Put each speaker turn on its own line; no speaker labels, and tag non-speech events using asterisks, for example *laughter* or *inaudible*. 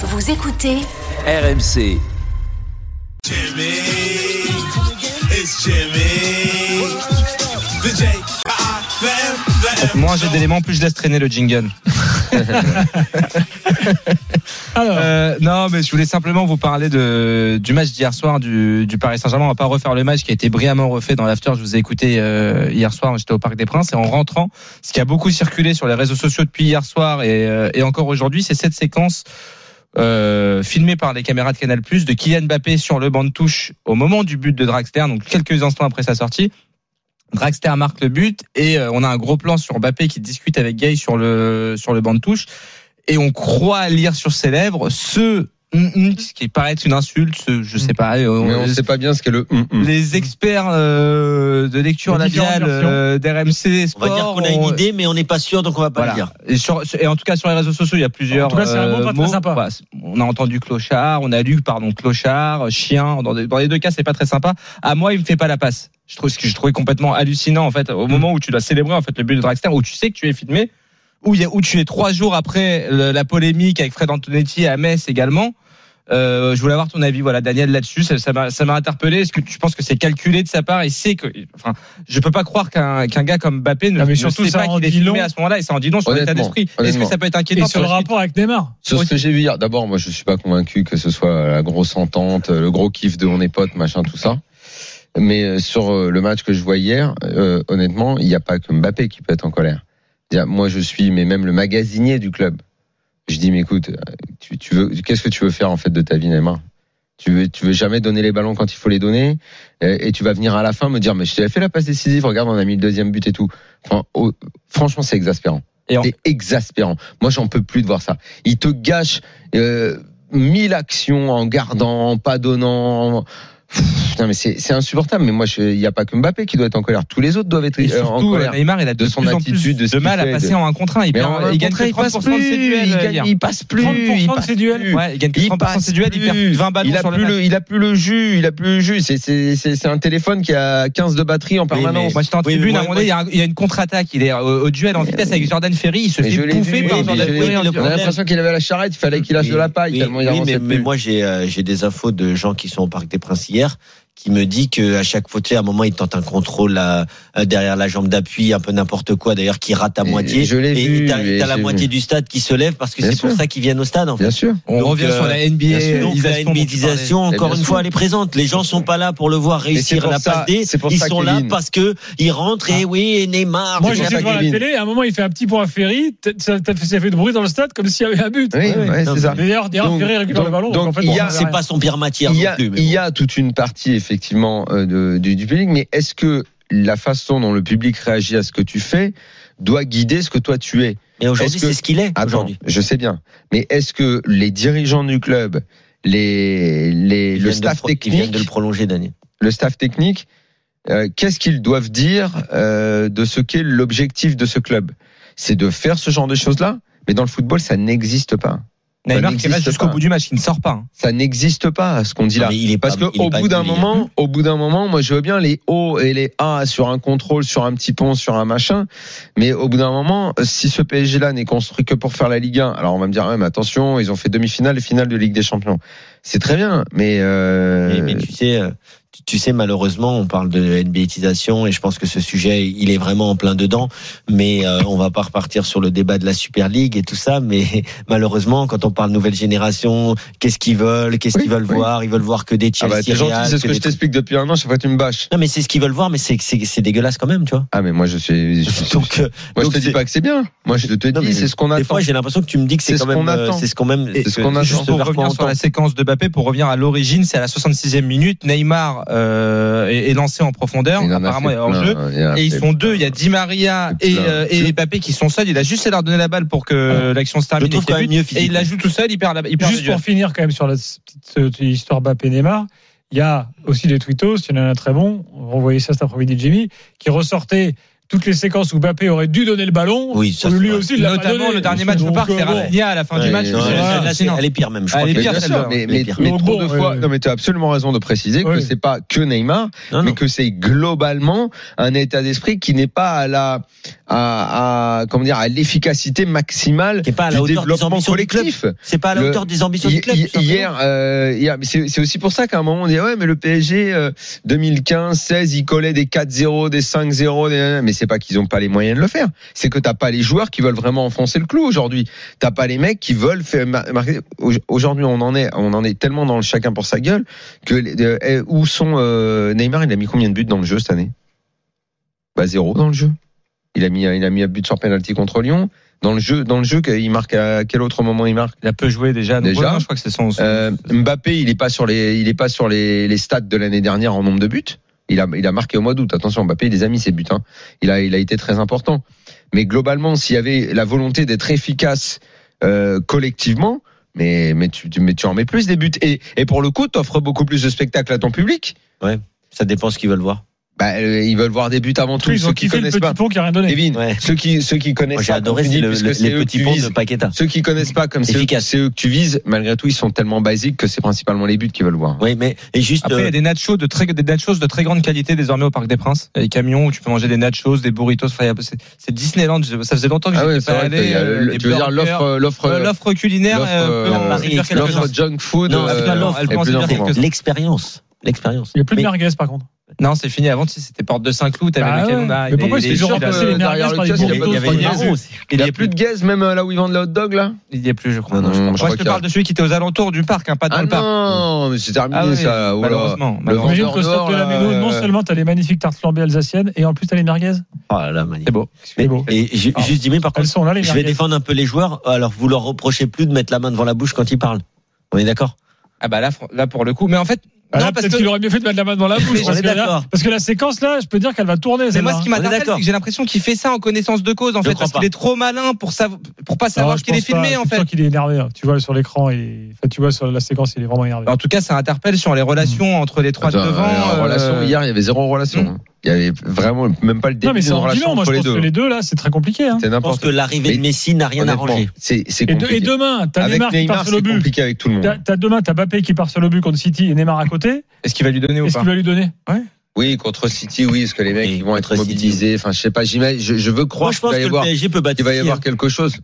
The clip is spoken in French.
Vous écoutez
RMC.
Jimmy. It's Jimmy. The J. I am.
Moins j'ai d'éléments, plus je laisse traîner le jingle. Euh, non, mais je voulais simplement vous parler de, du match d'hier soir du, du Paris Saint-Germain. On va pas refaire le match qui a été brillamment refait dans l'after. Je vous ai écouté euh, hier soir, j'étais au Parc des Princes. Et en rentrant, ce qui a beaucoup circulé sur les réseaux sociaux depuis hier soir et, euh, et encore aujourd'hui, c'est cette séquence euh, filmée par les caméras de Canal+, de Kylian Mbappé sur le banc de touche au moment du but de Draxler, donc quelques instants après sa sortie. Draxler marque le but et euh, on a un gros plan sur Mbappé qui discute avec Gay sur le sur le banc de touche et on croit lire sur ses lèvres ce hum, hum ce qui paraît être une insulte, ce, je sais pas. euh,
Mm. Mais on
euh,
sait pas bien ce qu'est le hum, hum.
les experts euh, de lecture
Les différentes
labiale
versions.
euh, d'RMC
On va dire
Sport
qu'on a une
ont-
idée, mais on n'est pas sûr, donc on va pas
voilà.
le dire.
Et, sur- et en tout cas sur les réseaux sociaux, il y a plusieurs. euh,
En tout cas, c'est un mot pas très
mots.
sympa.
Voilà, c'est- on a entendu clochard, on a lu pardon clochard, chien. Dans, des- dans les deux cas, c'est pas très sympa. À moi, il me fait pas la passe. Je trouve ce que je trouvais complètement hallucinant en fait au moment où tu dois célébrer en fait le but de Draxler, où tu sais que tu es filmé, où il y a, où tu es trois jours après le- la polémique avec Fred Antonetti à Metz également. Euh, je voulais avoir ton avis, voilà, Daniel, là-dessus. Ça ça m'a ça m'a interpellé. Est-ce que tu penses que c'est calculé de sa part Il sait que, enfin, je peux pas croire qu'un qu'un gars comme Mbappé ne,
Non, mais
ne
surtout,
sait
ça
pas
en
qu'il est
dit
filmé
long.
à ce moment-là et ça en dit long sur l'état
Honnêtement,
d'esprit. Est-ce que
honnêtement.
ça peut être
Et
inquiétant
sur le
pour la suite
rapport avec Neymar.
Sur ce que j'ai vu hier, d'abord, moi, je suis pas convaincu que ce soit la grosse entente, le gros kiff de on est potes, machin, tout ça. Mais euh, sur euh, le match que je vois hier, euh, honnêtement, il n'y a pas que Mbappé qui peut être en colère. C'est-à-dire, Moi, je suis, mais même le magasinier du club. Je dis, mais écoute, euh, tu, tu veux, qu'est-ce que tu veux faire en fait de ta vie, Neymar Tu veux, tu veux jamais donner les ballons quand il faut les donner, euh, et tu vas venir à la fin me dire, mais je t'avais fait la passe décisive. Regarde, on a mis le deuxième but et tout. Enfin, oh, franchement, c'est exaspérant.
Et en-
C'est exaspérant. Moi, j'en peux plus de voir ça. Il te gâche euh, mille actions en gardant, en pas donnant. Pff, Putain, mais c'est c'est insupportable. Mais moi, je- il n'y a pas que Mbappé qui doit être en colère. Tous les autres doivent être
Et
euh, en
surtout,
colère.
Neymar, il a de,
de son
plus en plus
attitude, de ce
de
qu'il
mal à
fait,
passer
de-
en 1 contre 1. Il,
Mais
perd-
en un
il gagne
contre un,
que
il passe
30% de ses
plus.
duels.
Il,
euh,
gagne-
hier.
il passe plus.
30%
il
de
passe
ses duels.
plus.
Ouais, il gagne que
Il
30% de ses
passe
duels, il
plus.
perd 20 ballons
Il a
sur
plus
le match.
le, il a plus le jus, il a plus le jus. C'est- C'est c'est- c'est un téléphone qui a 15 de batterie en permanence.
Moi, j'étais en
Oui, mais
tribune,
moi,
à un moment donné, il y a un- il y a une contre-attaque. Il est au, au duel en vitesse avec Jordan Ferry. Il se
Mais je
fait
l'ai
bouffer
vu,
par
oui, mais
Jordan
je l'ai
Ferry.
vu.
en
le
On a
problème.
l'impression qu'il avait la charrette, il fallait qu'il lâche de la paille
Oui,
tellement
oui,
il avançait
mais,
plus.
mais moi, j'ai euh, j'ai des infos de gens qui sont au Parc des Princes hier qui me dit que à chaque fois, tu sais, à un moment, il tente un contrôle euh, euh, derrière la jambe d'appui, un peu n'importe quoi, d'ailleurs, qui rate à
Et
moitié.
je l'ai
et
vu,
t'as-
et
t'as la
j'ai
moitié
vu.
du stade qui se lève parce que
Bien
c'est pour
sûr.
ça qu'ils viennent au stade, en fait.
Bien sûr.
On
Donc,
revient
euh,
sur la
bien
NBA.
sûr.
Donc la
Isation dont tu parlais.
NBAisation,
parlais.
encore
Bien
une
sûr.
fois, elle est présente. Les gens sont pas là pour le voir
c'est
réussir
pour
la
ça-
passe D.
c'est pour
Ils
ça,
sont là
Kevin.
parce que ils rentrent
Ah.
et oui, et Neymar.
Moi,
C'est
j'étais
bien
devant
ça,
la
Kevin.
télé, hein. à un moment, il fait un petit point à Ferry, t- ça, ça fait ça fait du bruit dans le stade comme s'il y avait un but.
Oui, ouais,
Non,
c'est ça.
D'ailleurs, d'ailleurs,
Donc-
Ferry récupère le
donc-
ballon.
donc,
en fait,
il y a-
on sait
c'est
rien.
pas son pire matière
Il y,
non
a,
plus. mais
il
bon.
y a toute une partie effectivement euh, de- du, du public, mais est-ce que la façon dont le public réagit à ce que tu fais doit guider ce que toi tu es
Mais aujourd'hui,
Est-ce que-
c'est ce qu'il est.
Attends,
Aujourd'hui.
je sais bien, mais est-ce que les dirigeants du club, les,
Ils
les, le
viennent de
staff
pro- Ils viennent
technique,
de le prolonger, Daniel.
le staff technique, euh, qu'est-ce qu'ils doivent dire euh, de ce qu'est l'objectif de ce club C'est de faire ce genre de choses-là, mais dans le football, ça n'existe pas.
Neymar qui
n'existe
reste jusqu'au
pas.
bout du match, qui ne sort pas. hein.
Ça n'existe pas ce qu'on dit
Non,
là.
mais il est pas-
Parce
il est
qu'au
pas hein.
bout d'un
humilié.
moment, au bout d'un moment, moi je veux bien les O et les A sur un contrôle, sur un petit pont, sur un machin, mais au bout d'un moment, si ce PSG là n'est construit que pour faire la Ligue 1, alors on va me dire ouais, mais attention, ils ont fait demi-finale et finale de Ligue des Champions. C'est très bien, mais, euh,
Mais, mais tu sais, euh, tu, tu sais, malheureusement, on parle de NBAisation et je pense que ce sujet, il est vraiment en plein dedans. Mais euh, on va pas repartir sur le débat de la Super League et tout ça. Mais *laughs* malheureusement, quand on parle nouvelle génération, qu'est-ce qu'ils veulent Qu'est-ce
Oui,
qu'ils veulent
oui.
voir Ils veulent voir que des
ah
Chelsea.
bah, t'es gentil,
Real,
c'est ce que
des
je
trucs-
t'explique depuis un an, chaque fois tu me bâches.
Non, mais c'est ce qu'ils veulent voir, mais c'est c'est- c'est dégueulasse quand même, tu
*laughs*
vois.
Ah mais moi je suis, je-
*laughs* Donc, euh,
moi
donc
je te dis
c'est-
pas que c'est bien. Moi je te
Non, mais
dis c'est ce qu'on
des
attend.
fois, j'ai l'impression que tu me dis que c'est
C'est
quand
ce
même,
qu'on
euh,
attend.
c'est ce qu'on même,
C'est ce qu'on attend.
juste
Pour
vers quoi
revenir
on
sur la
tend.
séquence de Mbappé, pour revenir à l'origine, c'est à la 66e minute. Neymar Pavard euh, est, est lancé en profondeur.
Il en a
Apparemment,
fait
il y a hors
plein,
jeu.
il en a
Et ils
fait
sont deux. Il y a Di Maria
Et
et,
plein.
euh, et Mbappé qui sont seuls. Il a juste à leur donner la balle pour que l'action se termine.
trouve
et qu'il
quand même
bute.
mieux
et il la joue tout seul. Il perd la il perd le
Juste
duel.
pour finir quand même sur la petite euh, histoire Bappé Neymar, il y a aussi des twittos, il y en a un très bon, on renvoyait ça cet après-midi Jimmy, qui ressortait toutes les séquences où Bappé aurait dû donner le ballon,
Oui, ça,
où
c'est
lui
vrai.
aussi il l'a pas
Notamment
donné.
le dernier match au
Donc,
parc,
euh,
c'est
bon.
Rafinha à la fin
Ouais,
du match.
non,
c'est
là,
ouais,
c'est-
hallucinant.
elle est pire même, je
Elle
crois.
est
que-
Mais
pire,
bien
celle-là.
sûr, mais,
Les
mais-
pires.
mais
Oh,
trop
bon,
de
ouais,
fois.
ouais.
Non, mais tu as absolument raison de préciser que
Oui.
c'est pas que Neymar,
Non,
mais
non.
que c'est globalement un état d'esprit qui n'est pas à la, à, à- comment dire, à l'efficacité maximale
Qui est pas à la
du
hauteur des
développement
ambitions du club.
collectif.
C'est pas à la
Le-
hauteur des ambitions du
Hi-
club.
hi-
tout simplement.
Hier, euh, hier mais c'est c'est aussi pour ça qu'à un moment on dit ouais mais le PSG euh, 2015, 16, ils collaient des 4-0, des 5-0, des nanana. mais c'est pas qu'ils ont pas les moyens de le faire. C'est que t'as pas les joueurs qui veulent vraiment enfoncer le clou aujourd'hui. T'as pas les mecs qui veulent faire mar- marquer. Au- Aujourd'hui on en est, on en est tellement dans le chacun pour sa gueule que les- euh, eh, où sont euh, Neymar Il a mis combien de buts dans le jeu cette année Bah zéro dans le jeu. Il a mis, il a mis un but sur penalty contre Lyon. Dans le jeu, dans le jeu, il marque à quel autre moment il marque
Il a peu joué déjà. donc
Déjà.
voilà, je crois que c'est son. son-
euh, Mbappé, il est pas sur les, il est pas sur les, les stats de l'année dernière en nombre de buts. Il a, il a marqué au mois d'août. Attention, Mbappé, il les a mis ses buts. hein. Il a, il a été très important. Mais globalement, s'il y avait la volonté d'être efficace euh, collectivement, mais, mais tu, tu- mais tu en mets plus des buts. Et, et pour le coup, t'offres beaucoup plus de spectacles à ton public.
Ça dépend ce qu'ils veulent voir.
Bah, euh, ils veulent voir des buts avant tout.
Ils ont
ceux qui
kiffé le
connaissent
petit
pas,
pont qui a rien donné.
Kevin,
Ouais.
ceux qui, ceux qui connaissent
Moi, j'ai
pas,
adoré
comme tu dis,
le-
puisque
le-
c'est
les
eux
petits
qui
ponts
visent.
de Paqueta.
Ceux qui connaissent pas, comme c'est eux,
Efficace.
c'est eux que tu vises, malgré tout, ils sont tellement basiques que c'est principalement les buts qu'ils veulent voir.
Oui, mais et juste.
Après, il y
euh,
a des nachos de très, des nachos de très grande qualité désormais au Parc des Princes. Il y a des camions où tu peux manger des nachos, des burritos. enfin, il y a- C'est c'est Disneyland. je- Ça faisait longtemps que
Ah
j'étais
ouais, c'est
pas
vrai.
allé.
que, euh,
euh,
le-
des
Tu veux dire
burgers,
l'offre, l'offre,
euh, l'offre culinaire.
l'offre,
euh, peut en
euh,
servir
l'offre
quelques-uns.
l'offre junk food.
Non,
euh,
c'est pas l'offre,
est
elle peut en
plus
servir
importante.
quelques-uns.
L'expérience. L'expérience.
Il n'y a plus de
Mais-
merguez par contre.
Non, c'est fini. Avant, tu sais, c'était Porte de Saint-Cloud. T'avais
Bah
le
ouais.
Canada,
Mais pourquoi
les-
ils se
les-
font
les-
remplacer les merguez
derrière le
par les
kiosque, il y a
burritos
pas de
sur les
fromage.
marrons
aussi.
Il
Il
n'y
y
a plus de gaz, même euh, là où ils vendent le hot dog, là
Il y a plus, je crois.
Ah non,
je crois.
je crois
Moi, je te
qu'il y a-
parle de celui qui était aux alentours du parc, hein, pas dans
Ah
le parc.
non, mais c'est terminé
Ah ouais,
ça. oh là.
malheureusement,
Le
malheureusement.
Imagine
vendeur
qu'au stade
dehors,
de la
là,
Méno, non
euh,
seulement t'as les magnifiques tartes flambées alsaciennes, et en plus t'as les merguez.
Oh là là, magnifique.
C'est beau.
C'est
Mais-
beau.
Et ju-
Ah.
juste Jimmy, par
Elles
contre,
sont là les
je vais
merguez.
défendre un peu les joueurs. Alors, vous leur reprochez plus de mettre la main devant la bouche quand ils parlent. On est d'accord
Ah bah là, fr- là pour le coup. Mais en fait,
Ah, là,
non, parce
peut-être
que
qu'il aurait mieux fait de mettre la main devant la bouche.
On
parce
est
que là-
d'accord.
Parce que la séquence là, je peux dire qu'elle va tourner.
Mais
celle-là,
moi, ce qui
hein.
On est
m'interpelle,
d'accord.
c'est que j'ai l'impression qu'il fait ça en connaissance de cause, en
Je
fait,
crois
parce
pas.
qu'il est trop malin pour sav- pour pas
Non,
savoir
Ah, je
qu'il est
pense pas.
filmé,
Je
en
suis
fait.
sûr qu'il est énervé. hein. Tu vois sur l'écran, il est- enfin, tu vois sur la séquence, il est vraiment énervé.
En tout cas, ça interpelle sur les relations entre les trois
Hmm. Attends,
de devant.
euh,
euh,
relation, hier, il y avait zéro relation.
Hmm.
hein. Il y avait vraiment même pas le
Non,
début
mais c'est
d'une
en
relation
bilan. Moi,
entre
je
les
pense que
deux. hein.
les deux là, c'est très compliqué. hein.
C'est
Je pense
n'importe
que l'arrivée de
Mais-
Messi n'a rien
Honnêtement,
arrangé.
C'est c'est
Et, de- et
compliqué.
demain, t'as
Avec
Neymar, qui part
Neymar,
sur le
c'est
but.
compliqué avec tout le
T'as
monde.
t'as demain, t'as Mbappé qui part sur le but contre City et Neymar à côté.
Est-ce qu'il va lui donner ou
Qu'est-ce
pas
qu'il va lui donner
Oui, contre City, oui, parce que les mecs
Oui,
ils vont
contre
être
City.
mobilisés. Enfin, je sais pas, j'imagine, je, je veux
Moi,
croire
je pense
qu'il va y
que le
avoir,
PSG peut battre.
qu'il va y
City,
avoir
hein.
quelque chose.